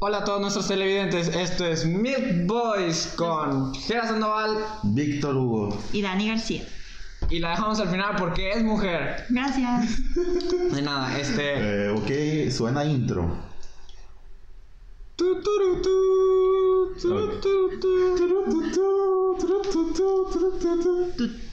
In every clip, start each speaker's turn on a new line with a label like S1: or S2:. S1: Hola a todos nuestros televidentes, esto es Milk Boys con Gera Sandoval
S2: Víctor Hugo.
S3: Y Dani García.
S1: y la dejamos al final porque es mujer.
S3: Gracias.
S1: De nada, este.
S2: Eh, ok, suena intro.
S1: Tu, turu, tu, turu, tu, tu, turu, tu, tu, turu, tu, tu, turu, tu, tu.
S3: Tú-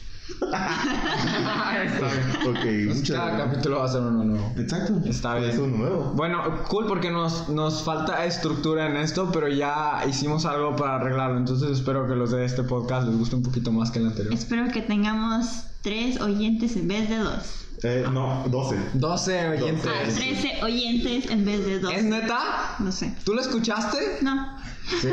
S1: Ahí está.
S2: Ok,
S1: Pues
S2: muchas
S1: Cada
S2: gracias.
S1: capítulo va a ser uno nuevo.
S2: Exacto.
S1: Está
S2: Pues
S1: bien.
S2: Es un nuevo.
S1: Bueno, cool porque nos, nos falta estructura en esto, pero ya hicimos algo para arreglarlo. Entonces espero que los de este podcast les guste un poquito más que el anterior.
S3: Espero que tengamos tres oyentes en vez de dos.
S2: Eh, no, 12.
S1: 12
S3: Ah,
S1: oyentes.
S3: trece oyentes en vez de dos.
S1: ¿Es neta?
S3: No sé.
S1: ¿Tú lo escuchaste?
S3: No,
S1: Sí,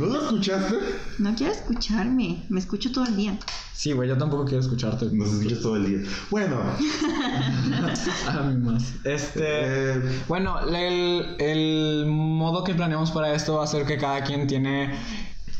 S2: ¿No lo escuchaste?
S3: no quiero escucharme. Me escucho todo el día.
S1: Sí, güey, yo tampoco quiero escucharte.
S2: Nos escuchas todo el día. Bueno,
S1: A mí más. Este.
S2: eh,
S1: Bueno, el, el modo que planeamos para esto va a ser que cada quien tiene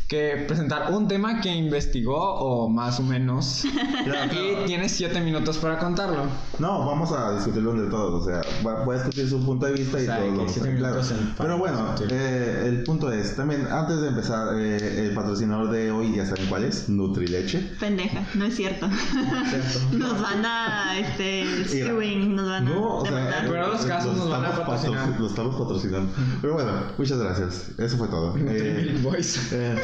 S1: que presentar un tema que investigó o más o menos.
S2: ya,
S1: Y tiene 7 minutos para contarlo.
S2: no, vamos a discutirlo entre todos. O sea, va- voy a discutir su punto de vista
S1: O
S2: y
S1: sea,
S2: todos
S1: que
S2: vamos a
S1: siete
S2: estar
S1: minutos
S2: claros.
S1: en-
S2: Pero bueno,
S1: discutir.
S2: eh, el punto es: también antes de empezar, eh, el patrocinador de hoy, ya saben cuál es, Nutrileche.
S3: Pendeja, no es cierto. nos van a, este, suing, nos van a
S2: No, o sea, eh,
S3: demandar.
S1: pero- peor de los casos nos van a
S2: estamos patro-
S1: patrocinar.
S2: Lo estamos patrocinando. Pero bueno, muchas gracias. Eso fue todo. Eh,
S1: Boys.
S2: eh,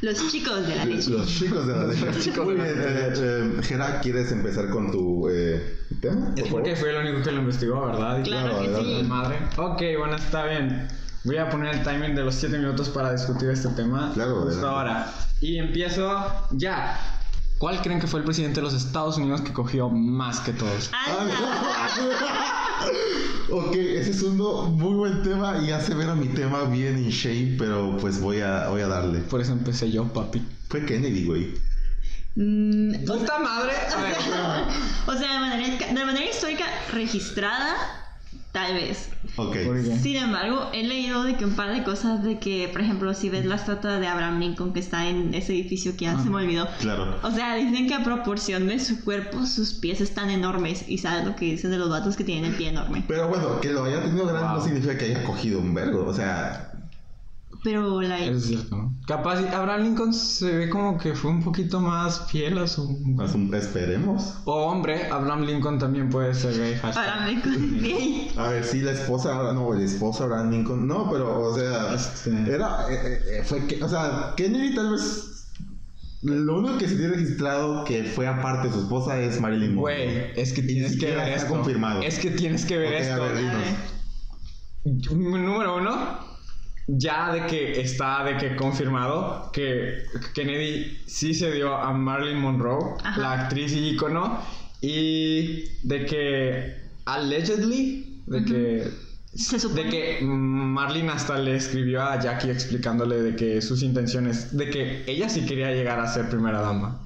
S3: Los chicos
S2: eh,
S3: de la leche.
S2: los chicos de la
S1: Los chicos
S2: Muy
S1: de la
S2: bien, eh,
S1: derecha.
S2: eh, Gera, ¿quieres empezar con tu eh, tema?
S1: Es
S2: por
S1: porque
S2: favor?
S1: fue el único que lo investigó, ¿verdad? Y-
S3: Claro
S2: Claro,
S3: que
S1: la
S3: sí.
S1: Madre. Ok, bueno, está bien. Voy a poner el timing de los 7 minutos para discutir este tema.
S2: Claro,
S1: Justo
S2: adelante.
S1: ahora. Y empiezo ya. ¿Cuál creen que fue el presidente de los Estados Unidos que cogió más que todos?
S3: ¡Hala!
S2: Ah, no. ok, ese es un muy buen tema y hace ver a mi tema bien in shape, pero pues voy a, voy a darle.
S1: Por eso empecé yo, papi.
S2: Fue Kennedy, güey.
S3: Mm,
S1: ¡Puta madre! A ver,
S3: o sea, de manera, de manera histórica registrada, tal vez.
S2: Ok.
S1: ¿por qué?
S3: Sin embargo, he leído de que un par de cosas de que, por ejemplo, si ves la estatua de Abraham Lincoln que está en ese edificio que ya se me
S2: Ah.
S3: olvidó.
S2: Claro.
S3: O sea, dicen que a proporción de su cuerpo, sus pies están enormes. Y sabes lo que dicen de los vatos que tienen el pie enorme.
S2: Pero bueno, que lo haya tenido grande no
S1: Wow.
S2: significa que haya cogido un vergo. O sea,
S3: Pero la.
S1: Eso es cierto, ¿no? Capaz, Abraham Lincoln se ve como que fue un poquito más fiel a su...
S2: es un- esperemos.
S1: O hombre, Abraham Lincoln también puede ser gay. hashtag.
S3: Abraham Lincoln gay.
S2: A ver, sí, la esposa, no, la esposa Abraham Lincoln. No, pero, o sea,
S1: Este.
S2: era, eh, eh, fue que, o sea, Kennedy tal vez, lo único que se tiene registrado que fue aparte de su esposa es Marilyn Monroe.
S1: Güey, es que
S2: Ni
S1: tienes que
S2: siquiera
S1: ver
S2: está
S1: esto.
S2: confirmado.
S1: Es que tienes que ver
S2: Ok,
S1: esto.
S2: a ver,
S3: A
S2: dinos.
S3: ver.
S1: Número uno, ya de que está de que confirmado que Kennedy sí se dio a Marilyn Monroe,
S3: Ajá.
S1: la actriz y ícono, y de que allegedly, de que...
S3: Se supone.
S1: De que Marlene hasta le escribió a Jackie explicándole de que sus intenciones, de que ella sí quería llegar a ser primera dama.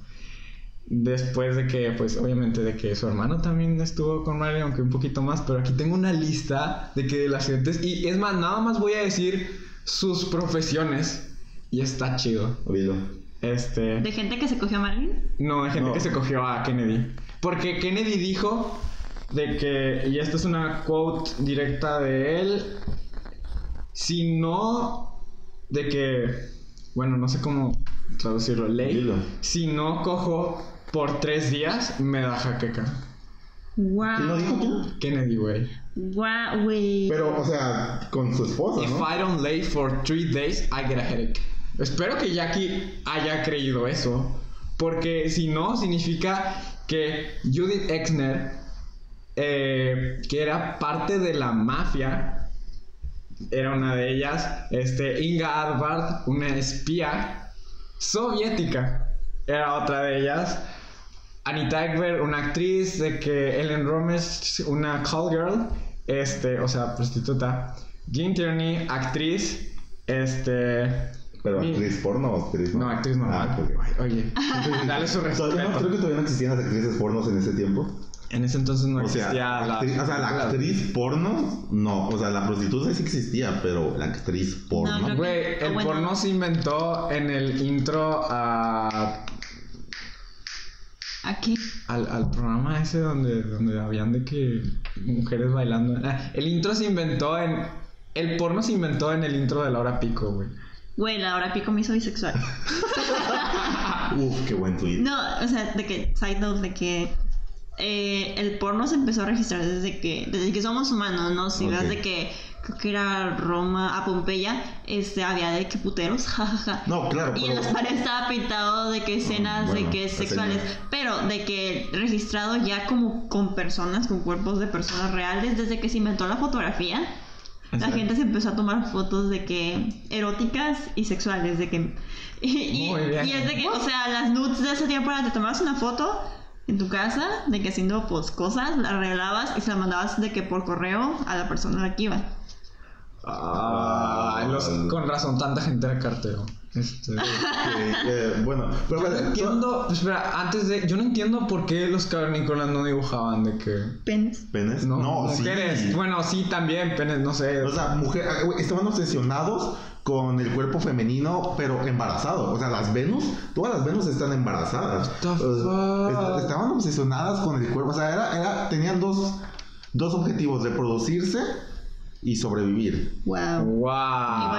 S1: Después de que, pues obviamente de que su hermano también estuvo con Marlene, aunque un poquito más, pero aquí tengo una lista de que de las gentes, y es más, nada más voy a decir sus profesiones, y está chido.
S2: Olvídalo.
S1: Este...
S3: De gente que se cogió a Marilyn.
S1: No, hay gente
S2: No.
S1: que se cogió a Kennedy. Porque Kennedy dijo de que, y esta es una quote directa de él, si no, de que, bueno, no sé cómo traducirlo, ley,
S2: Dilo.
S1: si no cojo por tres días, me da jaqueca.
S3: Wow.
S2: ¿Quién lo dijo? ¿Quién?
S1: Kennedy, güey.
S3: Wow, güey.
S2: Pero, o sea, con su esposa,
S1: If
S2: ¿no?
S1: I don't lay for three days, I get a headache. Espero que Jackie haya creído eso. Porque si no, significa que Judith Exner, eh, que era parte de la mafia, era una de ellas, este, Inga Advart, una espía soviética, era otra de ellas. Anita Ekberg, una actriz, de que Ellen Romes, una call girl, este, o sea, prostituta. Jean Tierney, actriz, este...
S2: Pero
S1: mi-
S2: actriz porno o actriz
S1: No, actriz normal.
S2: Ah, ok.
S1: Ay, Oye, dale su
S2: Todavía no, creo
S1: respeto.
S2: que todavía no existían las actrices pornos en ese tiempo.
S1: En ese entonces no
S2: o sea,
S1: existía la...
S2: actriz- o sea, la actriz porno, no. O sea, la prostituta sí existía, pero la actriz porno.
S3: No, creo
S1: Güey, el
S3: Ah, bueno.
S1: porno se inventó en el intro a...
S3: ¿A ¿A qué?
S1: al, al programa ese donde, donde habían de que mujeres bailando. Ah, el intro se inventó en. El porno se inventó en el intro de la hora pico, güey.
S3: Güey, la hora pico me hizo bisexual.
S2: Uf, qué buen tweet.
S3: No, o sea, de que, side note, de que eh, el porno se empezó a registrar desde que, desde que somos humanos, ¿no? Si vas
S2: Ok.
S3: de que, creo que era Roma, a Pompeya, este, había de que puteros, jajaja.
S2: No, claro,
S3: Y
S2: pero-
S3: en las paredes estaba pintado de que escenas
S2: bueno,
S3: de que
S2: la
S3: sexuales,
S2: señora.
S3: pero de que registrado ya como con personas, con cuerpos de personas reales, desde que se inventó la fotografía, la
S1: Exacto.
S3: gente se empezó a tomar fotos de que eróticas y sexuales, de que... Y, y-
S1: Muy bien.
S3: y es de que, o sea, las nudes de ese tiempo era, te tomabas una foto en tu casa, de que haciendo pues cosas, la arreglabas y se la mandabas de que por correo a la persona a la que iba.
S1: Ah, los- con razón, tanta gente era cartero. Este.
S2: Eh, eh, bueno,
S1: Yo no
S2: pero bueno, so-
S1: entiendo, pues, espera, antes de. Yo no entiendo por qué los cavernícolas no dibujaban de que.
S3: Pens.
S2: ¿Penes?
S1: No,
S2: No,
S1: mujeres.
S2: sí.
S1: Bueno, sí, también, penes, no sé.
S2: O sea, mujer, ah, güey, estaban obsesionados con el cuerpo femenino, pero embarazado. O sea, las Venus, todas las Venus están embarazadas.
S1: What the
S2: O sea,
S1: fuck?
S2: est- estaban obsesionadas con el cuerpo. O sea, era, era, tenían dos, dos objetivos, reproducirse y sobrevivir.
S3: Wow. Igual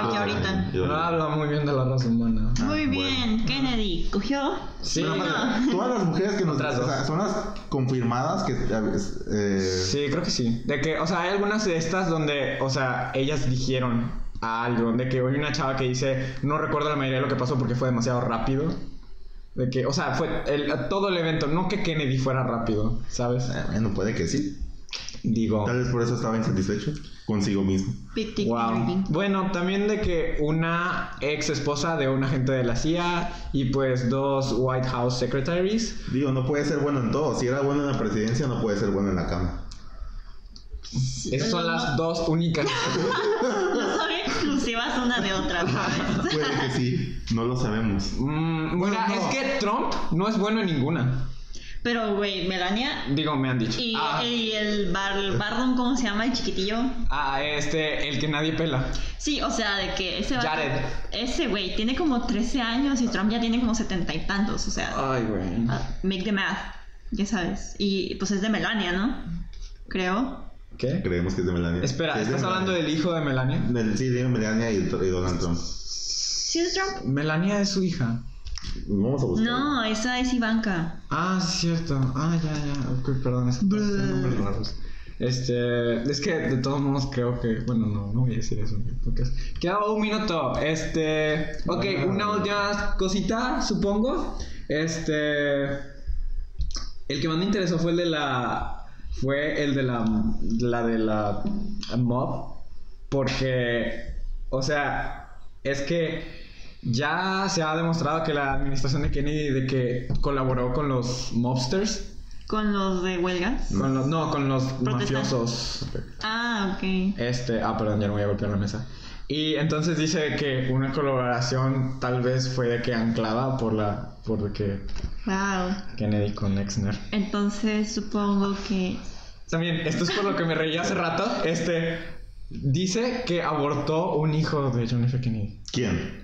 S1: ¡Wow!
S3: que ahorita.
S2: Yo-
S1: No habla muy bien de la raza humana.
S2: Ah,
S3: Muy
S2: bueno.
S3: bien, Kennedy cogió.
S1: Sí,
S2: Pero,
S1: no.
S2: aparte, todas las mujeres que nos...
S1: Otras
S2: o sea,
S1: dos.
S2: son las confirmadas que... eh,
S1: Sí, creo que sí. De que, o sea, hay algunas de estas donde, o sea, ellas dijeron a algo. De que hay una chava que dice, no recuerdo la mayoría de lo que pasó porque fue demasiado rápido. De que, o sea, fue el- todo el evento, no que Kennedy fuera rápido, ¿sabes?
S2: eh, bueno, puede que sí.
S1: Digo.
S2: Tal vez por eso estaba insatisfecho consigo mismo.
S3: Big Dick
S1: Wow.
S3: Energy.
S1: Bueno, también de que una ex esposa de un agente de la CIA y pues dos White House secretaries.
S2: Digo, no puede ser bueno en todo. Si era bueno en la presidencia, no puede ser bueno en la cama.
S1: Esas son
S3: No,
S1: las
S3: no.
S1: dos únicas.
S3: No son exclusivas una de otra. ¿sabes?
S2: Puede que sí, no lo sabemos.
S1: Mm,
S2: Bueno,
S1: mira,
S2: no.
S1: es que Trump no es bueno en ninguna.
S3: Pero, güey, Melania
S1: Digo, me han dicho.
S3: y,
S1: ah,
S3: y el, bar, el Bardon, ¿cómo se llama? El chiquitillo.
S1: ah, este, el que nadie pela.
S3: Sí, o sea, de que ese vato-
S1: Jared.
S3: Ese güey tiene como 13 años y Trump ya tiene como setenta y tantos. O sea,
S1: Ay, güey.
S3: ah, make the math, ya sabes. Y pues es de Melania, ¿no? Creo.
S1: ¿Qué?
S2: Creemos que es de Melania.
S1: Espera,
S2: Sí, es de
S1: ¿estás hablando
S2: Melania.
S1: del hijo de Melania?
S2: Del- Sí, de Melania y, y Donald Trump.
S3: ¿Sí es Trump?
S1: Melania es su hija.
S2: Vamos a buscar.
S3: No, esa es Ivanka.
S1: Ah, sí, cierto. Ah, ya, ya. Ok, perdón. Es que
S3: Bleh.
S1: son nombres raros. Este, es que de todos modos creo que, bueno, no, no voy a decir eso en el podcast. Queda un minuto. Este, ok,
S2: Ah.
S1: una última cosita, supongo. Este, el que más me interesó fue el de la, fue el de la, la de la mob, porque, o sea, es que ya se ha demostrado que la administración de Kennedy de que colaboró con los mobsters,
S3: Con los de huelgas.
S1: con los no, con los
S3: Protestantes.
S1: mafiosos.
S3: Ah, ok.
S1: Este, ah, perdón, ya no voy a golpear la mesa. Y entonces dice que una colaboración tal vez fue de que anclada por la por de que
S3: Wow.
S1: Kennedy con Exner.
S3: Entonces supongo que.
S1: También, esto es por lo que me reí hace rato, este dice que abortó un hijo de John F. Kennedy,
S2: ¿Quién?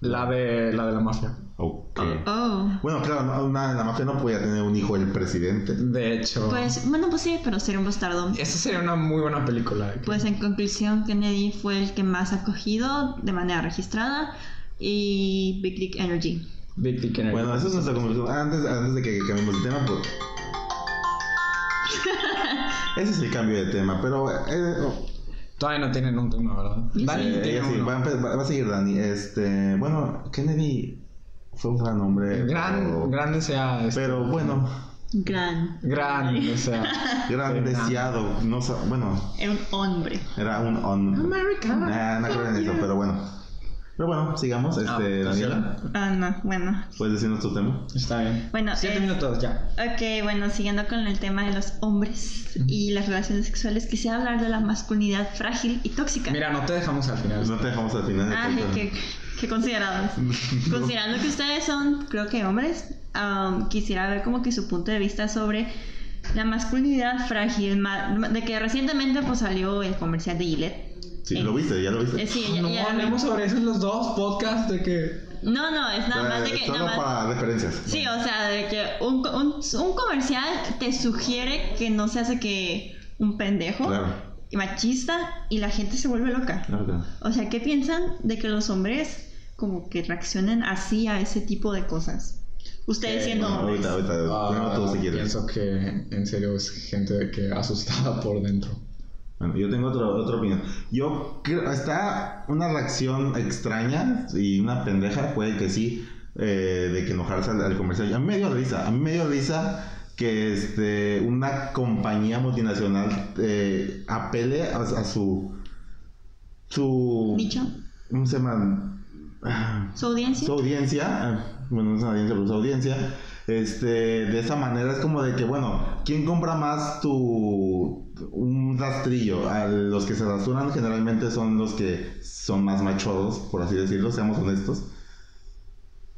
S1: la de la de la mafia.
S2: Ok.
S3: Oh.
S2: Bueno, claro, no, nada, la mafia no podía tener un hijo del presidente.
S1: De hecho,
S3: Pues, bueno, pues sí, pero sería un bastardo.
S1: esa sería una muy buena película. de que-
S3: Pues en conclusión, Kennedy fue el que más ha cogido de manera registrada y Big Dick Energy.
S1: Big Dick Energy.
S2: Bueno, eso es nuestra conclusión. Antes, antes de que cambiemos de tema, pues. Ese es el cambio de tema, pero eh, oh.
S1: Todavía no tienen un tema, ¿verdad?
S3: Sí.
S1: Dani
S2: Eh,
S1: tiene
S2: ella sí,
S1: uno.
S2: va, a empe- va- va a seguir Dani. Este, bueno, Kennedy fue un gran hombre. pero,
S1: Gran, gran deseado. este.
S2: pero bueno,
S3: Gran.
S1: Gran deseado.
S2: gran
S1: Gran.
S2: deseado. No, sa- bueno,
S3: Era un hombre.
S2: era un on.
S1: Americano.
S2: Nah, no creo en eso, pero bueno. Pero bueno, sigamos. Este,
S1: Ah,
S2: Daniela,
S3: Ah, no, bueno.
S2: ¿puedes decirnos tu tema?
S1: Está bien.
S3: Bueno,
S1: Siete
S3: eh,
S1: minutos ya.
S3: Ok, bueno, siguiendo con el tema de los hombres y las relaciones sexuales, quisiera hablar de la masculinidad frágil y tóxica.
S1: Mira, no te dejamos al final.
S2: No te dejamos al final.
S3: Ay,
S2: entonces.
S3: qué, qué considerados. Considerando que ustedes son, creo que hombres, am, quisiera ver como que su punto de vista sobre la masculinidad frágil, ma- de que recientemente pues salió el comercial de Gillette
S2: Sí,
S3: Eh,
S2: lo viste, ya lo viste.
S3: Eh, sí, ya-
S1: no
S3: ya la vi.
S1: hablemos sobre eso en los dos podcasts de que.
S3: No, no, es nada más de
S2: Eh,
S3: que.
S2: Solo
S3: Nada más,
S2: para referencias.
S3: Sí, o sea, de que un, co- un, un comercial te sugiere que no se hace que un pendejo
S2: Claro.
S3: y machista y la gente se vuelve loca.
S2: Claro, claro.
S3: O sea, ¿qué piensan de que los hombres como que reaccionan así a ese tipo de cosas? Ustedes
S1: Que
S3: siendo
S1: no,
S3: hombres.
S2: ahorita, ahorita,
S1: Ah,
S2: primero tú si quieres.
S1: pienso que en serio es gente de que asustada por dentro.
S2: Bueno, yo tengo otro- otra opinión. Yo creo, está una reacción extraña y una pendeja, puede que sí, eh, de que enojarse al, al comercial. A mí me dio risa, a mí me dio risa que este, una compañía multinacional eh, apele a, a su... su
S3: Nicho,
S2: ¿Cómo se llama? Ah,
S3: su audiencia.
S2: su audiencia, ah, bueno, no es una audiencia, pero su audiencia, este, de esa manera es como de que, bueno, ¿quién compra más tu un rastrillo? A los que se rasuran generalmente son los que son más machosos, por así decirlo, seamos honestos.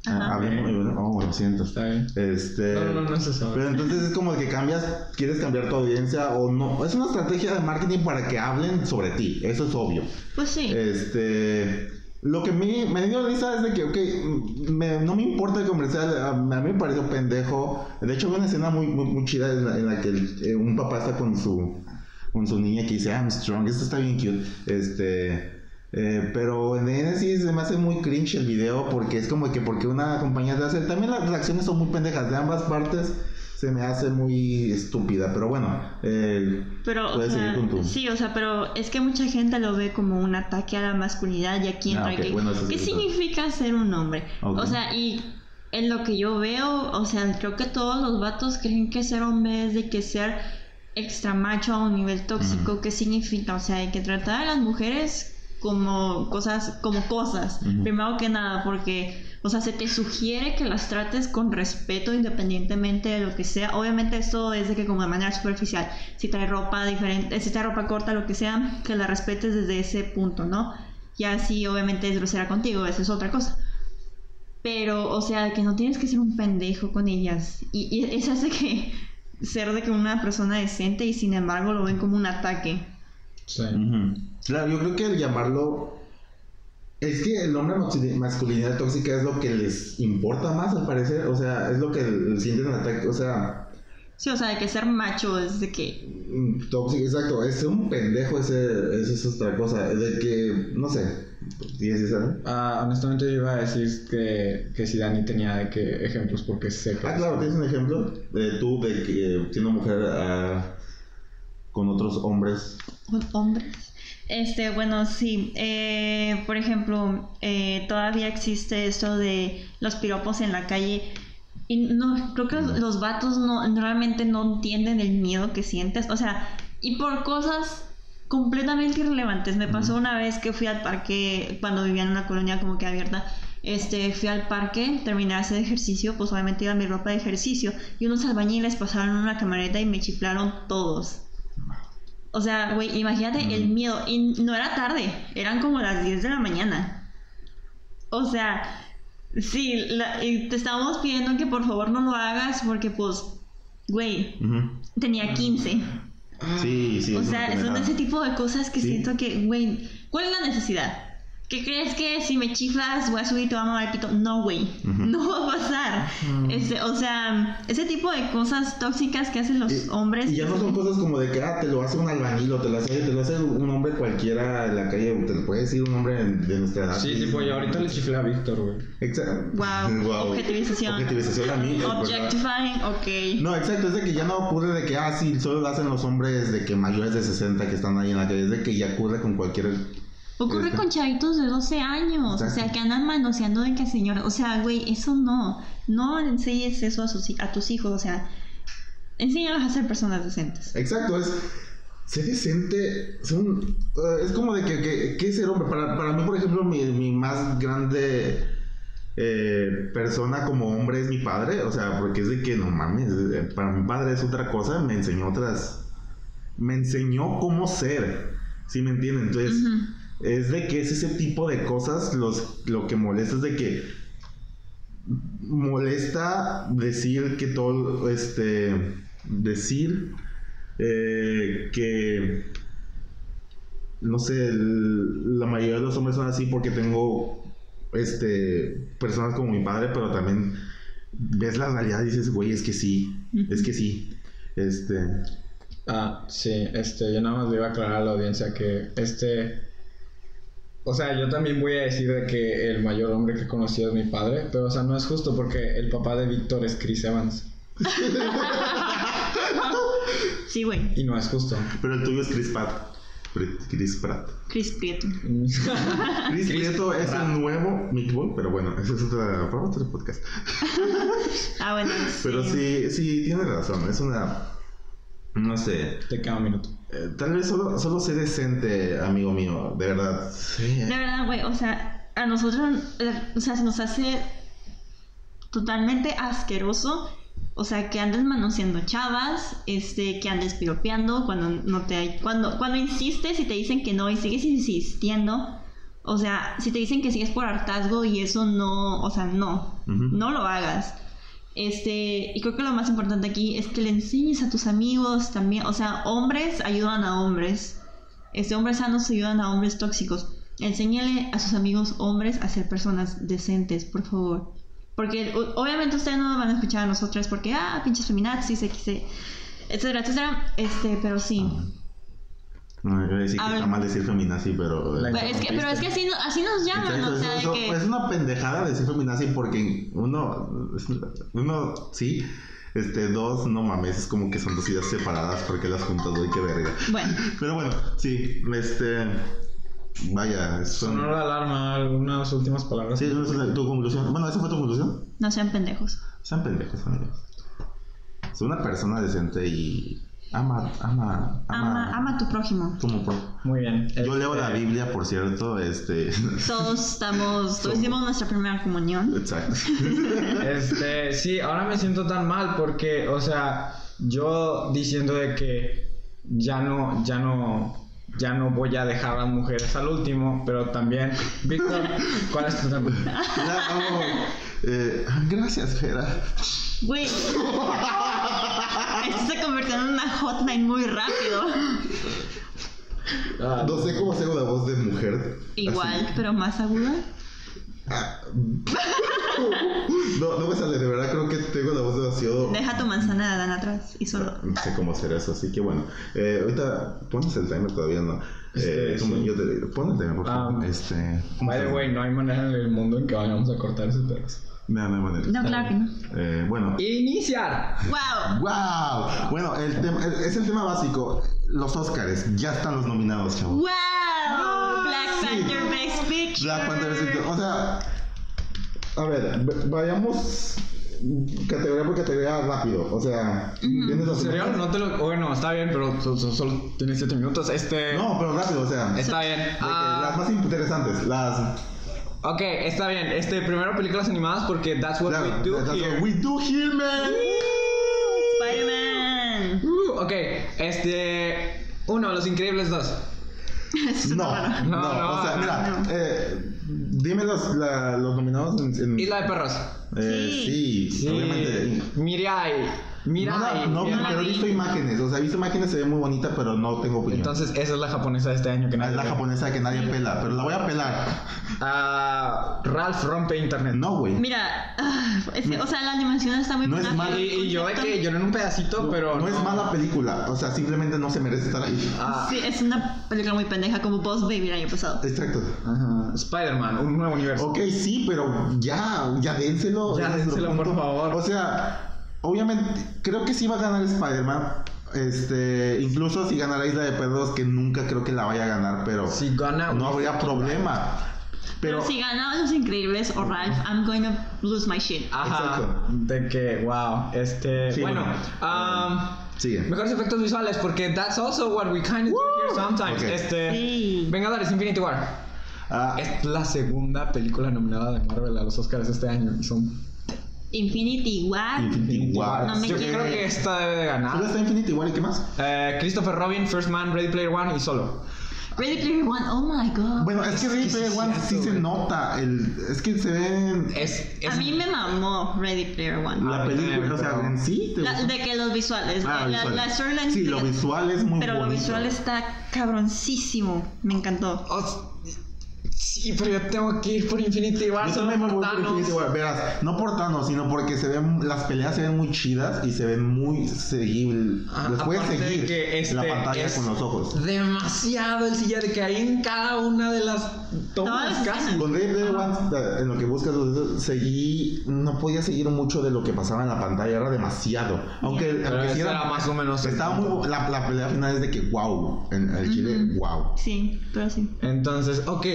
S3: Ajá.
S2: Ah, hablemos- oh, lo siento.
S1: Está bien.
S2: Este,
S1: No, no, no es eso.
S2: pero entonces es como que cambias, quieres cambiar tu audiencia o no. Es una estrategia de marketing para que hablen sobre ti, eso es obvio.
S3: Pues sí.
S2: eh, Este. Lo que me, me dio risa es de que, ok, mm, me- no me importa el comercial, a, a mí me pareció pendejo. De hecho, hay una escena muy, muy, muy chida en la, en la que el- eh, un papá está con su, con su niña que dice, I'm strong, esto está bien cute. Este. eh, pero en en sí se me hace muy cringe el video porque es como que porque una compañía te hace. También las reacciones son muy pendejas de ambas partes. Se me hace muy estúpida, pero bueno. eh,
S3: Pero, o
S2: puedes
S3: sea,
S2: seguir con tu-
S3: sí, o sea, pero es que mucha gente lo ve como un ataque a la masculinidad y aquí
S2: Ah,
S3: entra
S2: ok,
S3: que,
S2: bueno, eso sí
S3: ¿qué
S2: es verdad.
S3: significa ser un hombre?
S2: Ok.
S3: O sea, y en lo que yo veo, o sea, creo que todos los vatos creen que ser hombre es de que ser extra macho a un nivel tóxico, ¿qué significa? O sea, hay que tratar a las mujeres como cosas, como cosas,
S2: Ujú.
S3: primero que nada, porque, o sea, se te sugiere que las trates con respeto independientemente de lo que sea. Obviamente esto es de que como de manera superficial, si trae ropa diferente, si trae ropa corta, lo que sea, que la respetes desde ese punto, ¿no? Ya si obviamente es grosera contigo, eso es otra cosa. Pero, o sea, que no tienes que ser un pendejo con ellas. Y, y eso hace que ser de que una persona decente y sin embargo lo ven como un ataque.
S1: Sí.
S2: Ujú. Claro, yo creo que el llamarlo. Es que el nombre masculi- masculinidad tóxica es lo que les importa más, al parecer. O sea, es lo que l- sienten ataque. O sea,
S3: Sí, o sea, de que ser macho es de que...
S2: mm, tóxico, exacto. Es un pendejo, ese, ese es otra cosa. De que, no sé. ¿Tienes esa, no?
S1: Ah, honestamente, yo iba a decir que, que si Dani tenía de que ejemplos porque sé que.
S2: Ah, claro, tienes un ejemplo de tú, de que siendo mujer ah, con otros hombres.
S3: Hom- Hombres. Este, bueno, sí. eh, por ejemplo, eh, todavía existe esto de los piropos en la calle. Y no, creo que los, los vatos no, realmente no entienden el miedo que sientes. O sea, y por cosas completamente irrelevantes. Me pasó una vez que fui al parque, cuando vivía en una colonia como que abierta, este, fui al parque, terminé de hacer ejercicio, pues obviamente iba mi ropa de ejercicio, y unos albañiles pasaron una camareta y me chiflaron todos. O sea, güey, imagínate el miedo. Y no era tarde, eran como las 10 de la mañana. O sea, sí, la- y te estábamos pidiendo que por favor no lo hagas porque pues, güey,
S2: Ujú.
S3: tenía 15.
S2: Sí, sí.
S3: Ah, o
S2: es una
S3: sea, son
S2: pendejada.
S3: ese tipo de cosas que
S2: Sí.
S3: siento que, güey, ¿cuál es la necesidad? ¿Qué crees que si me chiflas voy a subir y te voy a mamar el pito? No, güey,
S2: Ujú.
S3: no va a pasar. Este, o sea, ese tipo de cosas tóxicas que hacen los
S2: Y-
S3: hombres.
S2: Y ya no son cosas como de que, ah, te lo hace un albañil o te lo hace, te lo hace un hombre cualquiera en la calle, o te lo puede decir un hombre en- de nuestra edad.
S1: Sí, tipo, y ahorita le chiflé a Víctor, güey.
S2: Exacto.
S3: Wow, objetivización.
S2: Objetivización a mí. es verdad.
S3: Objectifying, ok.
S2: No, exacto, es de que ya no ocurre de que, ah, sí, solo lo hacen los hombres de que mayores de 60 que están ahí en la calle, es de que ya ocurre con cualquier...
S3: Ocurre
S2: Exacto.
S3: con chavitos de 12 años, o sea,
S2: Exacto.
S3: que andan manoseando de que señor, o sea, güey, eso no, no enseñes eso a, sus, hi- a tus hijos, o sea, enséñalos a ser personas decentes.
S2: Exacto, es... Ser decente, es, un- eh, es como de que, que, que ser hombre, para, para mí, por ejemplo, mi, mi más grande... eh, persona como hombre es mi padre, o sea, porque es de que no mames, eh, para mi padre es otra cosa, me enseñó otras, me enseñó cómo ser, si me entienden, entonces es de que es ese tipo de cosas los, lo que molesta, es de que molesta decir que todo, este, decir eh, que no sé, el- la mayoría de los hombres son así porque tengo este personas como mi padre, pero también ves la realidad y dices, güey, es que sí, es que sí. Este,
S1: Ah, sí, este, yo nada más le iba a aclarar a la audiencia que este. O sea, yo también voy a decir de que el mayor hombre que he conocido es mi padre, pero o sea, no es justo porque el papá de Víctor es Chris Evans.
S3: Sí, güey.
S1: Y no es justo.
S2: pero el tuyo es Chris Pratt. Pr- Chris Pratt.
S3: Chris Prieto.
S2: Chris,
S1: Chris
S2: Prieto es
S1: Pratt.
S2: el nuevo Mick Ball, pero bueno, eso es otra, para otro podcast.
S3: Ah, bueno. sí.
S2: Pero sí, sí, tiene razón, es una, no sé,
S1: Te queda un minuto.
S2: eh, tal vez solo, solo sé decente, amigo mío, de verdad. Sí.
S3: De verdad, güey, o sea, a nosotros, eh, o sea, se nos hace totalmente asqueroso. O sea, que andes manoseando chavas, este, que andes piropeando cuando no te hay, cuando, cuando insistes y te dicen que no y sigues insistiendo. O sea, si te dicen que sigues por hartazgo y eso no, o sea, no,
S2: Ujú.
S3: no lo hagas. Este, y creo que lo más importante aquí es que le enseñes a tus amigos también, o sea, hombres ayudan a hombres. Este, hombres sanos ayudan a hombres tóxicos. Enséñale a sus amigos hombres a ser personas decentes, por favor. Porque o- obviamente ustedes no van a escuchar a nosotras porque, ah, pinches feminazis, x, etcétera, etcétera. Este, pero sí.
S2: Ah. No, iba a decir que
S3: Habla-
S2: está mal decir feminazi, pero... eh,
S1: La-
S3: Pero Pues es que, pero es que así, no- así nos llaman,
S2: Ah, Exacto,
S3: o
S2: eso-
S3: sea, de
S2: eso-
S3: que...
S2: Es una pendejada decir feminazi porque uno, uno sí, este, dos, no mames, es como que son dos ideas separadas porque las juntas, doy que verga.
S3: Bueno,
S2: Pero bueno, sí, este, vaya, son...
S1: Sonó la alarma, algunas últimas palabras.
S2: Sí, esa es tu conclusión. Bueno, esa fue tu conclusión.
S3: no sean pendejos.
S2: Sean pendejos, amigos. Soy una persona decente y ama, ama, ama,
S3: Ama, ama a tu prójimo.
S2: como pro.
S1: Muy bien.
S2: Yo leo la
S1: Este,
S2: Biblia, por cierto, este,
S3: Todos estamos, todos hicimos nuestra primera comunión.
S2: exacto.
S1: Este, sí, ahora me siento tan mal porque, o sea, yo diciendo de que ya no, ya no, ya no voy a dejar a las mujeres al último, pero también, Víctor, ¿cuál es tu tema?
S2: Ya, no, eh, gracias, Fera.
S3: Güey. Esto se convirtió en una hotline muy rápido.
S1: Ah,
S2: No sé cómo hacer una voz de mujer.
S3: Igual, pero más aguda.
S2: Ah, No, no me sale, de verdad creo que tengo la voz demasiado...
S3: Deja tu manzana de Adán atrás y solo.
S2: No sé cómo hacer eso, así que bueno. Eh, ahorita pones el timer todavía, ¿no? Eh,
S1: Este,
S2: como
S1: sí.
S2: yo te, pon el timer, por favor.
S1: Ah,
S2: este, ¿cómo
S1: By
S2: se
S1: the
S2: llama?
S1: way, no hay manera en el mundo en que vayamos a cortar ese pedazo.
S2: No, no hay manera.
S3: No, claro que no.
S2: Eh, bueno.
S1: ¡Iniciar!
S3: ¡Wow!
S2: ¡Wow! Bueno, el tema- el- es el tema básico. Los Oscars. Ya están los nominados, chavos.
S3: ¡Wow! Black
S2: Ah, sí.
S3: Panther Best Picture.
S2: Black Panther es el- O sea. A ver, v- vayamos categoría por categoría rápido. O sea, ¿tienes
S1: ¿En
S2: los
S1: serio?
S2: primeros?
S1: No te lo... Bueno, está bien, pero so- so- solo tienes 7 minutos. Este...
S2: No, pero rápido, o sea. de
S1: Está bien.
S2: que
S1: Ah,
S2: las más interesantes. Las.
S1: ok, está bien. Este, primero películas animadas porque That's What
S2: las-
S1: We Do
S2: las-
S1: Here.
S2: We do here, man.
S3: Spider-Man.
S1: Uh, ok, este. Uno, Los Increíbles 2.
S3: Es
S2: No,
S3: raro.
S2: no,
S1: No, no,
S2: o sea,
S1: no,
S2: mira,
S3: no.
S2: eh, dime los, la- los nominados en... en-
S1: Isla de Perros.
S2: eh, sí, obviamente.
S1: Mirai.
S2: No,
S1: Mirai.
S2: la- no,
S1: Mirai.
S2: pero he visto imágenes, o sea, he visto imágenes, se ve muy bonita, pero no tengo opinión.
S1: Entonces, esa es la japonesa de este año que
S2: es
S1: nadie.
S2: la
S1: ve.
S2: japonesa que nadie pela, pero la voy a pelar.
S1: Ah, Ralph rompe internet.
S2: No, güey.
S3: Mira, ah, es que, o sea, la animación está muy
S2: No es
S3: buena,
S2: mal-
S1: Y,
S3: pero el
S1: y yo de
S2: eh,
S3: concepto-
S1: que lloré en un pedacito, pero.
S2: No, es mala película, o sea, simplemente no se merece estar ahí.
S1: Ah,
S3: Sí, es una película muy pendeja como Boss Baby el año pasado.
S2: Exacto.
S1: ajá. Spider-Man, un nuevo universo.
S2: Ok, sí, pero ya, ya dénselo.
S1: Pues, Ya
S2: ese es lo
S1: dénselo, por
S2: punto.
S1: favor.
S2: O sea, obviamente, creo que sí va a ganar Spider-Man. Este, incluso si ganará Isla de Perros, que nunca creo que la vaya a ganar, pero
S1: Si gana,
S2: no habría problema.
S3: Pero,
S2: Pero,
S3: si ganaba Los Increíbles o Ralph, I'm going to lose my shit.
S2: Ah.
S1: Ajá.
S2: Exacto.
S1: De que, wow. Este.
S2: Sí,
S1: bueno.
S2: bueno.
S1: ah,
S2: sigue.
S1: Mejores efectos visuales, porque that's also what we kind of do here sometimes.
S2: Ok.
S1: Este.
S3: Sí.
S1: Vengadores Infinity War.
S2: Ah,
S1: Es la segunda película nominada de Marvel a los Oscars este año. y son.
S3: Infinity War.
S2: Infinity War.
S3: No me
S1: Yo
S3: Sí.
S1: creo que esta debe de
S2: Solo
S1: ganar.
S2: está Infinity War y qué más.
S1: Eh, Christopher Robin, First Man, Ready Player One y Solo.
S3: Ready Player One, oh my god.
S2: Bueno, es que
S1: Es
S2: Ready
S1: que sí
S2: Player
S1: es
S2: One
S1: cierto,
S2: sí se
S1: güey. Eh,
S2: nota. El, es que se ve
S1: Es, es-
S3: a mí me mamó Ready Player One.
S2: la
S1: Ah,
S2: película. O sea,
S1: pero-
S2: en sí. te
S3: La-
S2: gusta.
S3: de que los visuales,
S2: Ah,
S3: la- la,
S2: visual.
S3: la storyline.
S2: Sí,
S3: sí,
S2: lo visual es muy
S3: Pero lo
S2: bonito.
S3: visual está cabroncísimo. Me encantó.
S1: Oh, sí, pero yo tengo que ir por Infinity War.
S2: Yo
S1: solo
S2: también me voy por
S1: Thanos.
S2: Infinity War, verás, no por Thanos, sino porque se ven, las peleas se ven muy chidas y se ven muy seguibles.
S1: Ah,
S2: Las puedes
S1: aparte de
S2: seguir
S1: que
S2: en la
S1: este
S2: pantalla
S1: es
S2: con los ojos.
S1: Demasiado el silla de que hay en cada una de las tomas
S3: Todas las
S1: casi.
S2: Con Dave Player One, eh, en lo que buscas, eh, seguí, no podía seguir mucho de lo que pasaba en la pantalla, era demasiado. Aunque,
S3: Pero
S2: aunque
S1: ese era más o menos el
S2: Estaba muy,
S1: punto.
S2: bu- la, la pelea final es de que wow, en el Chile,
S3: Ujú.
S2: wow.
S3: Sí, pero sí.
S1: Entonces, ok.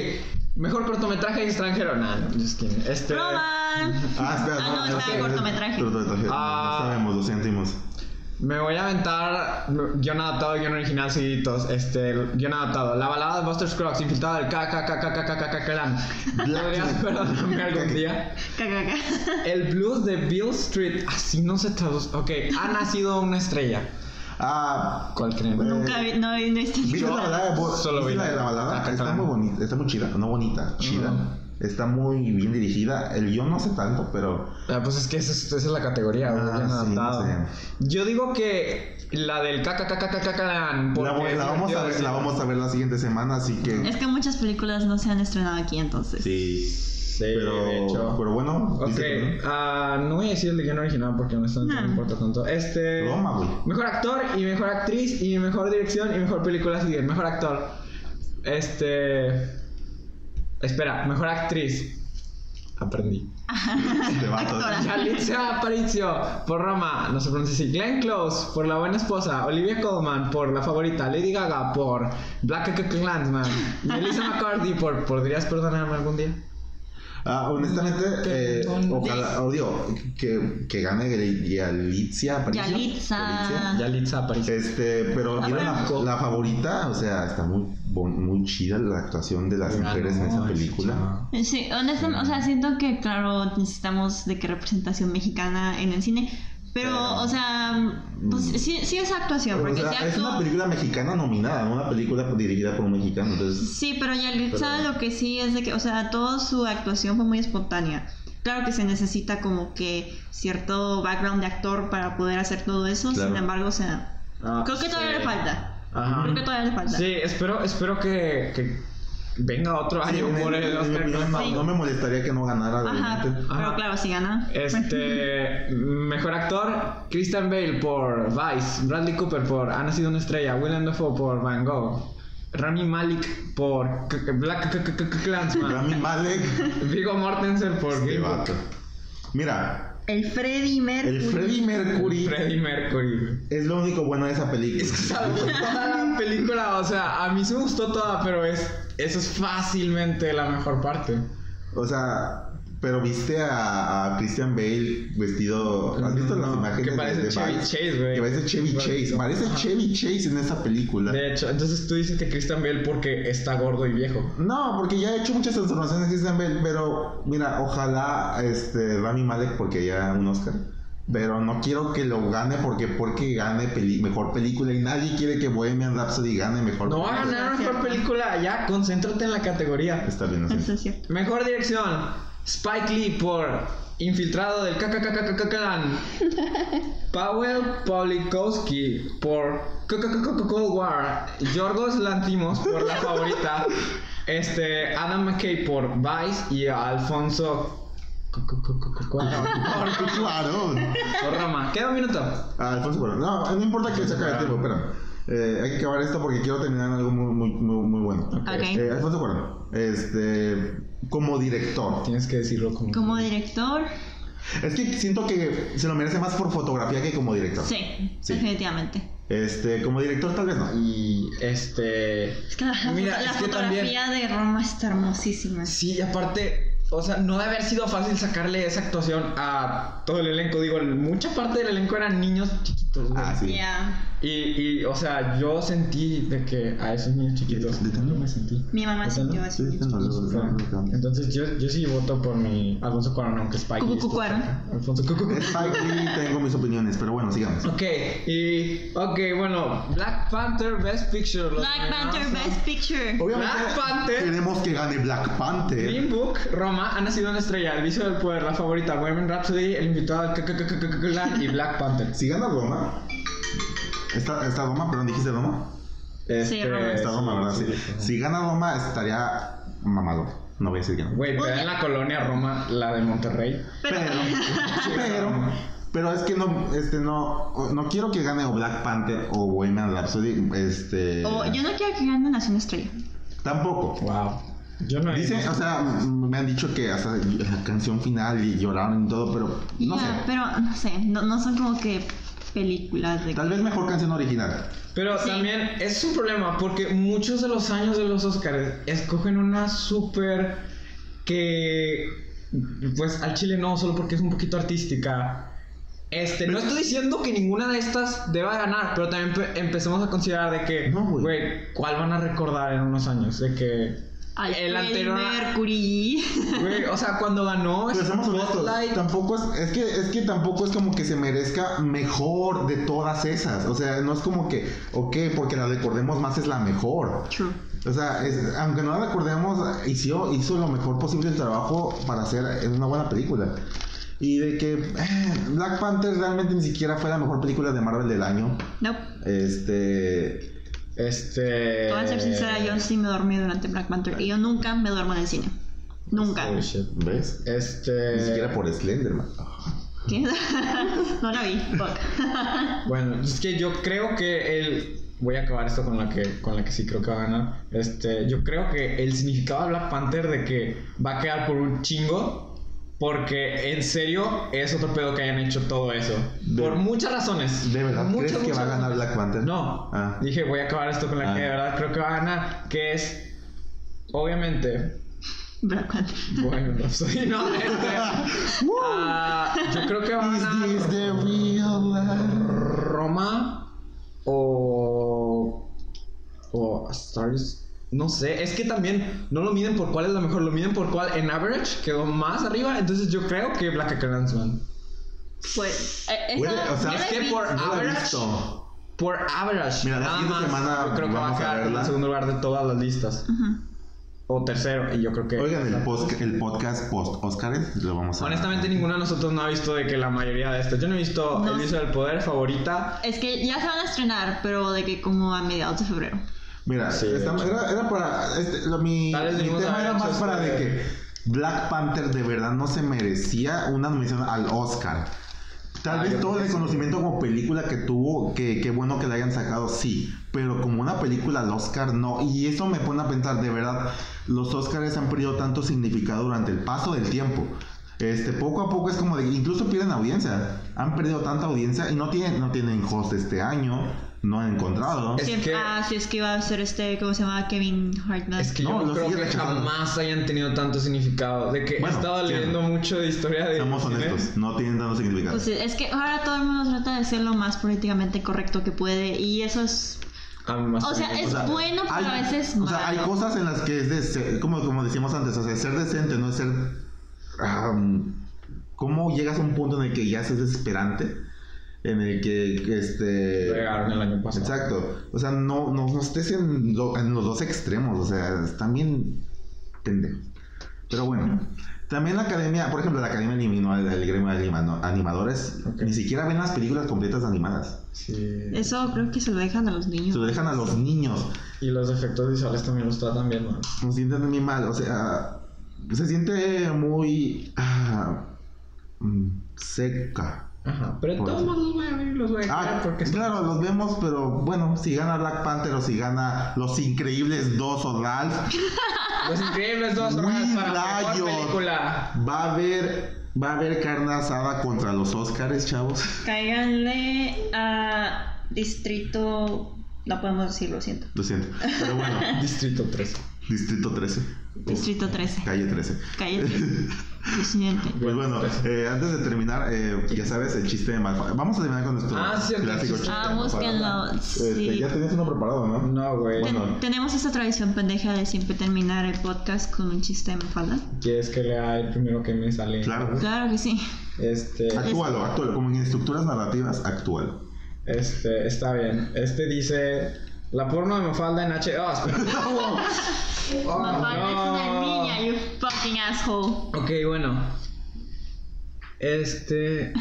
S1: Mejor cortometraje extranjero. Nah, no, just kidding. Este.
S3: ¡Roman!
S2: Ah, espera,
S3: Ah, no, estaba
S2: sé,
S3: cortometraje.
S2: cortometraje,
S1: Ah.
S2: no sabemos, lo sentimos.
S1: Me voy a aventar guión adaptado, guión original, seguiditos. Este, guión adaptado. La balada de Buster Scruggs, infiltrado del KKKKKKKKKKLAN. ¿Podrías perdonarme algún día?
S3: Cacaca.
S1: El blues de Bill Street. Así no se traduce. Ok, ha nacido una estrella.
S2: Ah,
S1: ¿Cuál creen?
S2: Eh,
S3: Nunca vi, no vi no este
S2: ¿Viste
S1: Yo
S2: la balada? Bo-
S1: solo
S2: ¿viste
S1: vi
S2: la
S1: la-
S2: de la balada?
S1: la
S2: está
S1: catalana.
S2: muy bonita, está muy chida, no bonita, chida. Está muy bien dirigida. El guión no hace tanto, pero
S1: Ah, pues es que esa es, esa es la categoría, güey,
S2: Ah,
S1: guión
S2: sí,
S1: adaptado.
S2: no sé.
S1: Yo digo que la del KKKKKKLAN.
S2: la,
S1: porque es
S2: la vamos
S1: divertido
S2: a ver, la
S1: decirlo.
S2: vamos a ver la siguiente semana, así que
S3: Es que muchas películas no se han estrenado aquí entonces.
S2: sí.
S1: Sí,
S2: Pero,
S1: de hecho.
S2: pero bueno,
S1: Ok,
S2: dice que
S1: ah, no voy a decir el de guion original porque honestamente no
S3: Nah.
S1: me importa tanto. Este.
S2: no. Roma, güey.
S1: Mejor actor y mejor actriz y mejor dirección y mejor película sigue. Mejor actor. Este. Espera, mejor actriz. Aprendí.
S2: Este vato.
S3: Actora.
S1: Yalitza Aparicio por Roma, no se pronuncia así. Glenn Close por La Buena Esposa. Olivia Colman por La Favorita. Lady Gaga por Black Clansman. Melissa McCarthy por ¿Podrías perdonarme algún día?
S2: Ah, honestamente, eh,
S1: Perdón.
S2: ojalá, oh, digo, que, que gane Gre- Yalitza. Aparicio.
S3: Yalitza.
S2: Yalitza.
S1: Yalitza Aparicio.
S2: Este, pero
S3: Ah,
S2: mira, la,
S1: bueno.
S2: la favorita, o sea, está muy, bon- muy chida la actuación de las mujeres en esa película.
S3: Sí, honestamente, o sea, siento que, claro, necesitamos de que representación mexicana en el cine. Pero,
S2: Pero-
S3: o sea, pues sí, sí es actuación,
S2: O
S3: porque
S2: sea,
S3: sí
S2: es una
S3: actúa.
S2: película mexicana nominada, no una película dirigida por un mexicano. Entonces,
S3: Sí, pero Yalitza
S2: Pero-
S3: lo que sí es de que, o sea, toda su actuación fue muy espontánea. Claro que se necesita como que cierto background de actor para poder hacer todo eso,
S2: Claro.
S3: sin embargo, o sea,
S1: Ah,
S3: creo que todavía
S1: sí.
S3: le falta.
S1: Ajá.
S3: Creo que todavía le falta.
S1: Sí, espero, espero que, que venga otro
S2: sí,
S1: año
S2: en-
S1: por
S2: en-
S1: el
S2: en
S1: Oscar.
S2: mi opinión,
S3: Sí.
S2: no me molestaría que no ganara.
S3: Ajá,
S2: realmente.
S1: Ajá.
S3: pero claro, si gana.
S1: Este, mejor actor, Christian Bale por Vice, Bradley Cooper por Ha nacido una estrella, Willem Dafoe por Van Gogh, Rami Malik por K- K- Black K- K- K- K- Klansman,
S2: Rami Malek.
S1: Vigo Mortensen por
S2: este
S1: Green Book,
S2: vato. Mira,
S3: El Freddy Mercury.
S2: el Freddie Mercury
S1: Freddie Mercury.
S2: es lo único bueno de esa película.
S1: Es que ¿sabes? toda la película, o sea, a mí se me gustó toda, pero es, eso es fácilmente la mejor parte.
S2: O sea, pero viste a, a Christian Bale vestido. ¿Has visto las
S1: No,
S2: imágenes
S1: que parece
S2: de- de
S1: Chevy
S2: Vice?
S1: Chase, güey.
S2: Que parece Chevy Chase. Parece
S1: Ajá.
S2: Chevy Chase en esa película.
S1: De hecho, entonces tú dices que Christian Bale porque está gordo y viejo.
S2: No, porque ya he hecho muchas transformaciones Christian Bale, pero mira, ojalá este Rami Malek porque ya un Oscar. Pero no quiero que lo gane porque porque gane peli- mejor película y nadie quiere que Bohemian Rhapsody gane mejor
S1: No va a
S2: película.
S1: ganar mejor película, ya, concéntrate en la categoría.
S2: Está bien, así.
S3: Eso es cierto.
S1: Mejor dirección, Spike Lee por Infiltrado del KKKKKKKLAN. Powell Polikowski por KKKKK Cold War. Yorgos Lantimos por La Favorita. Este, Adam McKay por Vice y Alfonso Cuarón
S2: Claro, claro.
S1: por Roma. Queda un minuto.
S2: Ah, Alfonso Cuarón. No, no importa que se acabe el tiempo, espera. Eh, hay que acabar esto porque quiero terminar en algo muy, muy, muy, muy bueno.
S3: Ok.
S2: Eh, Alfonso Cuarón, este, como director,
S1: Tienes que decirlo como.
S3: Como director,
S2: es que siento que se lo merece más por fotografía que como director.
S3: sí,
S2: Sí.
S3: definitivamente.
S2: Este, como director tal vez no.
S1: Y este.
S3: Es que la, la
S1: Mira,
S3: foto- la
S1: es que
S3: fotografía de Roma está hermosísima.
S1: Sí, y aparte, o sea, no debe haber sido fácil sacarle esa actuación a todo el elenco. Digo, mucha parte del elenco eran niños chiquitos, güey.
S2: Ah, sí.
S3: Ya.
S1: Y, y, o sea, yo sentí de que a esos niños chiquitos.
S2: Yo también.
S1: me sentí.
S3: Mi mamá
S1: ¿Esa no?
S3: sintió así.
S2: Sí, sí, no, luego, luego, luego cambia.
S1: Entonces yo, yo sí voto por mi Alfonso Cuarón, aunque es país.
S3: Cucu Cuarón.
S1: Alfonso Cucu.
S2: Spike Lee, tengo mis opiniones, pero bueno, sigamos.
S1: Ok, y. Ok, bueno. Black Panther Best Picture. los
S3: Black
S1: nominados
S3: Panther
S1: son
S3: Best Picture.
S2: Obviamente,
S1: Black Panther.
S2: queremos que gane Black Panther.
S1: Green Book, Roma, Ha nacido una estrella, El vicio del poder, La favorita, Women Rhapsody, El invitado al Clan y Black Panther.
S2: Si gana Roma, ¿está, está Roma? Perdón, dijiste Roma.
S1: Este,
S3: Roma.
S2: Está Roma, ¿verdad? Sí. Si gana Roma, estaría mamado. No voy a decir que no.
S1: Güey, pero en la colonia Roma, la de Monterrey.
S2: Pero, pero, pero es que no, este, no, no quiero que gane o Black Panther o Bohemian Rhapsody, este,
S3: O yo no quiero que gane Nación Estrella.
S2: tampoco.
S1: Wow. Yo no he
S2: Dicen,
S1: visto.
S2: o sea, m- me han dicho que hasta la canción final y lloraron y todo, pero no
S3: Ya,
S2: sé.
S3: Pero no sé, no, no son como que películas de.
S2: Tal vez mejor canción original.
S1: Pero
S3: Sí.
S1: también es un problema porque muchos de los años de los Oscars escogen una súper que pues al chile no, solo porque es un poquito artística. Este, no estoy diciendo que ninguna de estas deba ganar, pero también pe- empecemos a considerar de que,
S2: No, güey.
S1: güey, ¿cuál van a recordar en unos años? De que
S3: Ay,
S1: el
S3: Freddie
S1: anterior,
S3: Mercury.
S1: güey, o sea, cuando ganó este
S2: Pero Pues, seamos honestos,
S1: Spotlight,
S2: tampoco es, es que es que tampoco es como que se merezca mejor de todas esas. O sea, no es como que, ok, porque la recordemos más es la mejor.
S3: True.
S2: O sea, es- aunque no la recordemos, hizo, hizo lo mejor posible el trabajo para hacer una buena película. Y de que eh, Black Panther realmente ni siquiera fue la mejor película de Marvel del año.
S3: No.
S2: Este.
S1: este,
S3: Te voy a
S2: Eh,
S3: ser sincera, yo sí me dormí durante Black Panther. Y yo nunca me duermo en el cine. Nunca.
S1: Oh, shit.
S2: ¿Ves?
S1: Este,
S2: Ni siquiera por Slenderman.
S3: ¿Qué? no la vi. fuck.
S1: Bueno, es que yo creo que el. Voy a acabar esto con la que, con la que sí creo que va a ganar. Este, yo creo que el significado de Black Panther de que va a quedar por un chingo. Porque en serio es otro pedo que hayan hecho todo eso.
S2: De-
S1: por muchas razones.
S2: ¿De verdad
S1: Muchas,
S2: crees que va a
S1: muchas
S2: ganar
S1: razones.
S2: Black Panther?
S1: No.
S2: Ah.
S1: Dije, voy a acabar esto con la
S2: Ah.
S1: que de verdad creo que va a ganar. Que es. Obviamente,
S3: Black Panther.
S1: bueno, no soy. No, este, ah, yo creo que va a
S2: Is
S1: ganar.
S2: this the real life?
S1: Roma o o Stars no sé, es que también no lo miden por cuál es la mejor, lo miden por cuál en average quedó más arriba, entonces yo creo que Black Clansman.
S3: Pues. eh, esa-
S2: Huele- o sea,
S3: yo la
S1: es que
S3: vi.
S1: por
S2: No la he
S1: average,
S2: visto.
S1: por average,
S2: Mira, la
S1: nada
S2: siguiente
S1: más,
S2: semana
S1: yo creo que va a
S2: vamos a
S1: quedar en
S2: verla.
S1: el segundo lugar de todas las listas
S3: Ujú.
S1: o tercero y yo creo que
S2: Oigan, el, post- el podcast post-Oscars lo vamos a
S1: honestamente ninguno de nosotros no ha visto de que la mayoría de estas, yo no he visto
S3: No.
S1: El Vicio del Poder favorita.
S3: Es que ya se van a estrenar, pero de que como a mediados de febrero.
S2: Mira,
S1: Sí, de
S2: estamos-
S1: hecho.
S2: era, era para. este, lo- mi
S1: Tal vez
S2: mi
S1: debimos
S2: tema
S1: haber
S2: era
S1: hecho
S2: más para de
S1: este-
S2: que Black Panther de verdad no se merecía una nominación al Oscar. Tal
S1: Ah, yo
S2: vez
S1: creo
S2: todo el
S1: que sí.
S2: reconocimiento como película que tuvo, que qué bueno que la hayan sacado, sí. Pero como una película al Oscar, no. Y eso me pone a pensar, de verdad, los Oscars han perdido tanto significado durante el paso del tiempo. Este, poco a poco es como de, incluso pierden audiencia. Han perdido tanta audiencia y no tienen, no tienen host este año. No han encontrado.
S1: Es
S3: Siempre-
S1: que-
S3: Ah, sí, es que iba a ser este, ¿cómo se llama? Kevin Hartman.
S1: Es que
S2: No,
S1: yo no
S2: lo
S1: creo
S2: sigue
S1: que
S2: rechazando.
S1: jamás hayan tenido tanto significado. De que
S2: Bueno,
S1: he estado
S2: sí.
S1: leyendo mucho de historia de.
S2: Seamos
S1: cine.
S2: honestos, no tienen tanto significado.
S3: Pues sí, es que ahora todo el mundo trata de ser lo más políticamente correcto que puede y eso es...
S1: A mí más
S3: O sea,
S1: que-
S3: es bueno, pero a veces
S2: O sea, hay
S3: malo.
S2: cosas en las que es de ser- como, como decíamos antes, o sea, ser decente no es ser... am, ¿Cómo llegas a un punto en el que ya es desesperante? En el que, que, este...
S1: Regaron pues, el año pasado.
S2: Exacto. O sea, no, no, no estés en, lo- en los dos extremos. O sea, están bien pendejos. Pero bueno. También la academia, por ejemplo, la academia eliminó al al gremio de anima- animadores.
S1: Ok.
S2: Ni siquiera ven las películas completas animadas.
S1: Sí.
S3: Eso creo que se lo dejan a los niños.
S2: Se lo dejan a los niños.
S1: Y los efectos visuales también los tratan bien mal.
S2: Nos sienten muy mal. O sea, se siente muy ah, mm, seca.
S1: Ajá. Pero
S2: Por
S1: todos
S2: eso.
S1: los voy a ver y los voy a
S2: Ah,
S1: creer porque son-
S2: claro, los vemos, pero bueno, si gana Black Panther o si gana Los Increíbles 2 o Ralph,
S1: Los increíbles dos
S2: Uy,
S1: horas para mejor
S2: rayos.
S1: película.
S2: va a haber va a haber carne asada contra los Oscars, chavos.
S3: Cáiganle a Distrito... No podemos decir, lo siento.
S2: Lo siento, pero bueno.
S1: Distrito 3.
S2: Distrito 13.
S3: Distrito 13.
S2: Calle 13.
S3: Calle 13. Presidente.
S2: Pues bueno, eh, antes de terminar, eh, ya sabes, el chiste de Malfa. Vamos a terminar con nuestro
S1: Ah, sí, el
S2: clásico
S1: chiste.
S2: chiste.
S3: Ah,
S2: de Malfa.
S3: búsquenlo.
S2: Este,
S3: Sí.
S2: Ya tenías uno preparado, ¿no?
S1: No, güey.
S3: Ten-
S2: bueno.
S3: tenemos esa tradición pendeja de siempre terminar el podcast con un chiste de Mafalda.
S1: ¿Quieres que lea el primero que me sale?
S2: Claro.
S3: Claro que sí.
S1: Este,
S2: Actúalo, actúalo. Como en estructuras narrativas, actúalo.
S1: este, está bien. Este dice, la porno de Mafalda en H... Ah, espera. Oh,
S3: Mafalda es una
S1: no.
S3: niña, you fucking asshole.
S1: Ok, bueno. Este.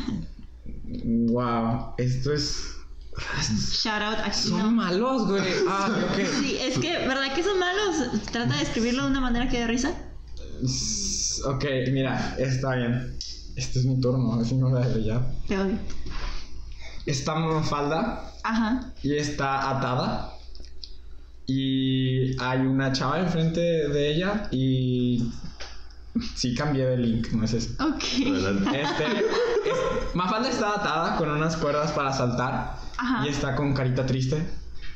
S1: Wow, esto es.
S3: Shout out a
S1: Son malos, güey. Ah, ok.
S3: Sí, es que, ¿verdad que son malos? Trata de escribirlo de una manera que dé risa.
S1: S- Ok, mira, está bien. Este es mi turno, es mi hora de brillar.
S3: Te odio.
S1: Está Mafalda
S3: Ajá.
S1: y está atada. Y hay una chava enfrente de ella y. Sí, cambié de link, no es eso.
S3: Ok.
S2: Adelante.
S1: Este, es- Mafalda está atada con unas cuerdas para saltar
S3: Ajá.
S1: y está con carita triste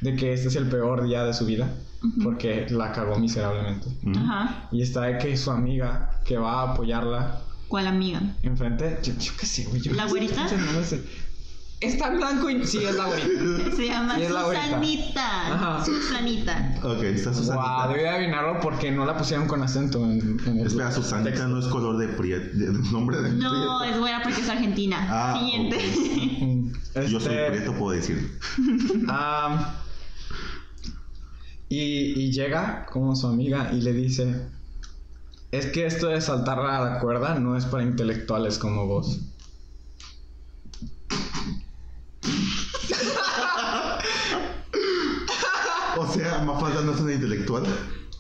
S1: de que este es el peor día de su vida
S3: Ujú.
S1: porque la cagó miserablemente.
S2: Mm.
S3: Ajá.
S1: Y está de que su amiga que va a apoyarla
S3: ¿Cuál amiga?
S1: enfrente, yo, yo qué sé, güey. yo-
S3: ¿La güerita?
S1: No lo sé. Está en blanco y sí es la güerita.
S3: Se llama
S1: Y es la güerita.
S3: Susanita.
S1: Ajá.
S3: Susanita.
S2: Ok, está
S1: Guau,
S2: Susanita.
S1: debí de adivinarlo porque no la pusieron con acento en, en el
S2: Espera, Susanita
S1: texto.
S2: no es color de prieto. Nombre de
S3: No,
S2: prieto.
S3: es buena porque es argentina.
S2: Ah,
S3: Siguiente.
S1: Mm,
S2: Yo soy
S1: este,
S2: prieto, puedo decir.
S1: Am, y, y llega como su amiga y le dice, es que esto de saltar a la cuerda no es para intelectuales como vos.
S2: O sea, Mafalda no es una intelectual.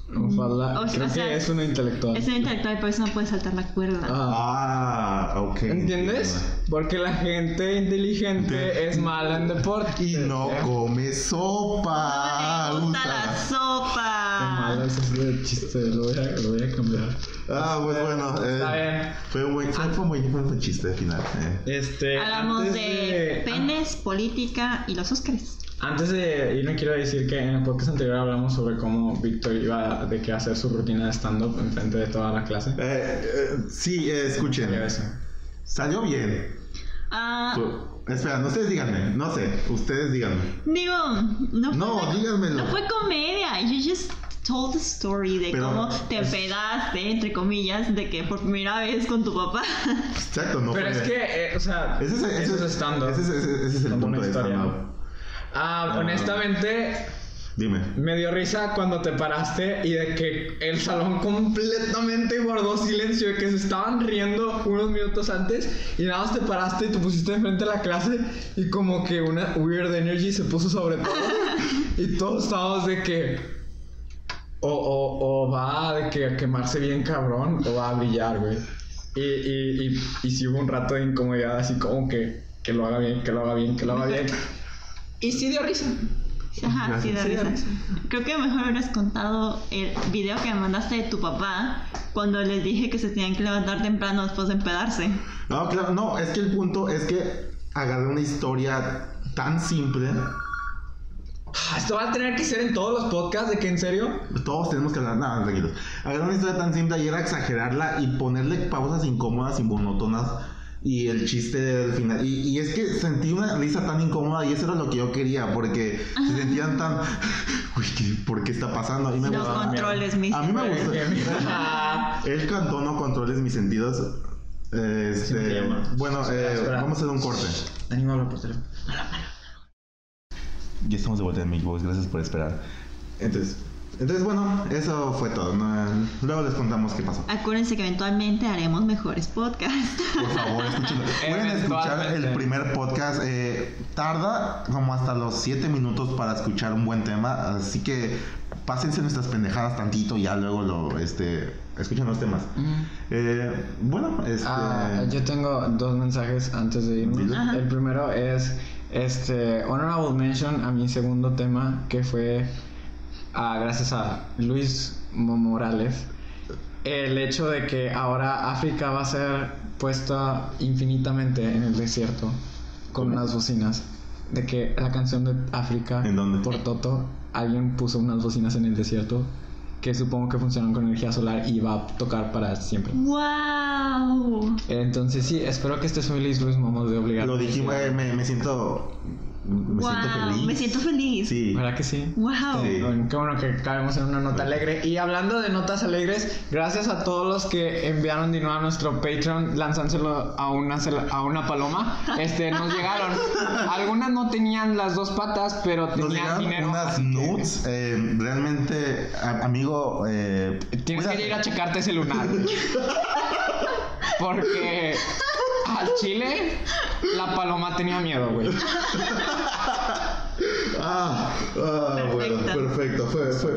S1: Mafalda,
S3: O sea,
S1: creo
S3: o sea,
S1: que es una intelectual.
S3: Es un intelectual, por eso no puede saltar la cuerda.
S1: Ah,
S2: Ah, ok.
S1: ¿Entiendes? Porque la gente inteligente es mala en deporte.
S2: Y no come Ah, sopa.
S3: No me gusta la sopa.
S1: chiste, lo voy a, lo voy a cambiar.
S2: Ah, pues bueno. eh,
S1: Está bien.
S2: fue un buen, fue, fue un buen, fue un buen chiste al final. eh.
S1: Este,
S3: Hablamos
S1: antes
S3: de penes, política y los Óscares.
S1: Antes de irme, quiero decir que en el podcast anterior hablamos sobre cómo Víctor iba de que hacer su rutina de stand-up enfrente de toda la clase.
S2: Eh, eh, sí, eh, escuchen.
S1: Eso.
S2: Salió bien.
S3: Ah,
S2: Fu- Espera, no ustedes díganme. No sé, ustedes díganme.
S3: digo, no fue,
S2: No, díganmelo.
S3: no fue comedia. You just told the story de
S2: Pero-
S3: cómo te pedaste, entre comillas, de que por primera vez con tu papá.
S2: Exacto, no
S1: Pero
S2: fue.
S1: es que, eh, o sea,
S2: Ese es, ese
S1: eso es
S2: es-
S1: stand-up.
S2: Ese es, ese- ese es el
S1: Como una
S2: punto de
S1: historia.
S2: stand-up.
S1: Ah, honestamente,
S2: Dime.
S1: me dio risa cuando te paraste y de que el salón completamente guardó silencio, de que se estaban riendo unos minutos antes y nada más te paraste y te pusiste enfrente de la clase y como que una weird energy se puso sobre todo y todos estábamos de que... O, o, o va de que a quemarse bien cabrón o va a brillar, güey. Y, y, y, y sí hubo un rato de incomodidad así como que... Que lo haga bien, que lo haga bien, que lo haga bien. Y sí dio risa.
S3: Ajá, sí, da
S1: Sí, da
S3: risa. Creo que mejor hubieras contado el video que me mandaste de tu papá cuando les dije que se tenían que levantar temprano después de empedarse.
S2: No, claro, no, es que el punto es que agarré una historia tan simple.
S1: Esto va a tener que ser en todos los podcasts, ¿de que en serio?
S2: Todos tenemos que hablar, nada, tranquilos. Agarré una historia tan simple y era exagerarla y ponerle pausas incómodas y monótonas. Y el chiste del final. Y, y es que sentí una risa tan incómoda y eso era lo que yo quería, porque se sentían tan. Uy, ¿qué- ¿por qué está pasando? Y me
S3: Los
S2: gustó.
S3: controles, mis.
S2: A mí me gustó. El cantó no controles mis sentidos.
S1: me
S2: Este,
S1: llama.
S2: bueno,
S1: Espera,
S2: eh,
S1: espera.
S2: vamos a hacer un corte.
S1: Animo a hablar por teléfono.
S2: Ya estamos de vuelta en Milk Boys, gracias por esperar. Entonces, entonces bueno, eso fue todo. ¿no? Luego les contamos qué pasó.
S3: Acuérdense que eventualmente haremos mejores podcasts.
S2: Por favor, escúchenlo. Pueden escuchar el
S1: Eventualmente.
S2: primer podcast. eh, tarda como hasta los 7 minutos para escuchar un buen tema. Así que pásense nuestras pendejadas tantito y ya luego lo, este, escuchen los temas. Eh, bueno, este...
S1: Ah, yo tengo dos mensajes antes de irme.
S2: Dilo.
S3: Ajá.
S1: El primero es, este, honorable mention a mi segundo tema, que fue, ah, gracias a Luis Mo- Morales, el hecho de que ahora África va a ser puesta infinitamente en el desierto con
S2: ¿Cómo?
S1: unas bocinas. De que la canción de África
S2: ¿En dónde?
S1: por Toto, alguien puso unas bocinas en el desierto que supongo que funcionan con energía solar y va a tocar para siempre.
S3: ¡Wow!
S1: Entonces sí, espero que estés feliz, Luis Momo, de obligar.
S2: Lo dijimos, eh, me, me siento. Me siento
S3: wow,
S2: feliz.
S3: me siento feliz.
S2: Sí.
S1: ¿Verdad que sí?
S3: Wow.
S2: Sí.
S1: Bueno, Qué bueno que caemos en una nota alegre. Y hablando de notas alegres, gracias a todos los que enviaron dinero a nuestro Patreon lanzándoselo a una, cel- a una paloma. Este, nos llegaron. Algunas no tenían las dos patas, pero
S2: Nos
S1: tenían
S2: llegaron
S1: dinero.
S2: unas
S1: así que
S2: nudes. eh, realmente, a- amigo. eh,
S1: Tienes
S2: cuídate.
S1: que ir a checarte ese lunar. Porque al chile la paloma tenía miedo, güey.
S2: Ah, ah, bueno,
S3: Perfecto.
S2: perfecto. Fue, fue,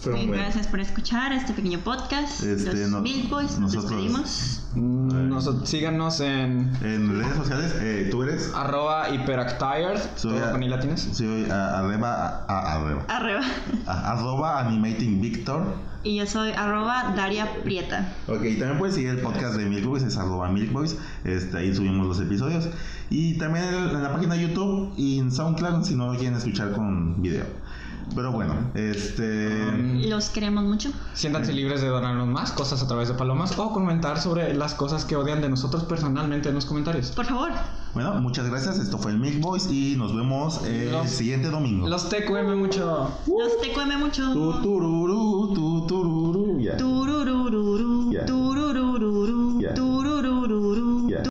S2: fue
S3: Bien,
S2: un buen.
S3: Gracias por escuchar este pequeño podcast.
S2: Este,
S3: Los
S2: no-
S3: Milk Boys, nos
S2: nosotros-
S3: despedimos.
S1: Mm, noso- síganos en
S2: En redes sociales, eh, tú eres.
S1: arroba hyperactired.
S2: Soy
S1: todo
S2: a-
S1: con i latinas.
S2: Soy ah, a- arreba. a- arreba.
S3: Arroba.
S2: a- ah, Arroba animating Victor.
S3: Y yo soy arroba Daria Prieta.
S2: Ok, y también puedes seguir el podcast de Milk Boys, es arroba Milk Boys, este, ahí subimos los episodios. Y también en la página de YouTube y en SoundCloud si no lo quieren escuchar con video. Pero bueno, este...
S1: Mm.
S3: Los queremos mucho.
S1: Siéntanse libres de donarnos más cosas a través de palomas o comentar sobre las cosas que odian de nosotros personalmente en los comentarios.
S3: Por favor.
S2: Bueno, muchas gracias, esto fue el Milk Boys y nos vemos el
S1: Los-
S2: siguiente domingo.
S1: Los TQM mucho.
S3: Los te cueme mucho.
S2: Tu, tururú, tu, tururú, ya.
S3: Tururururu.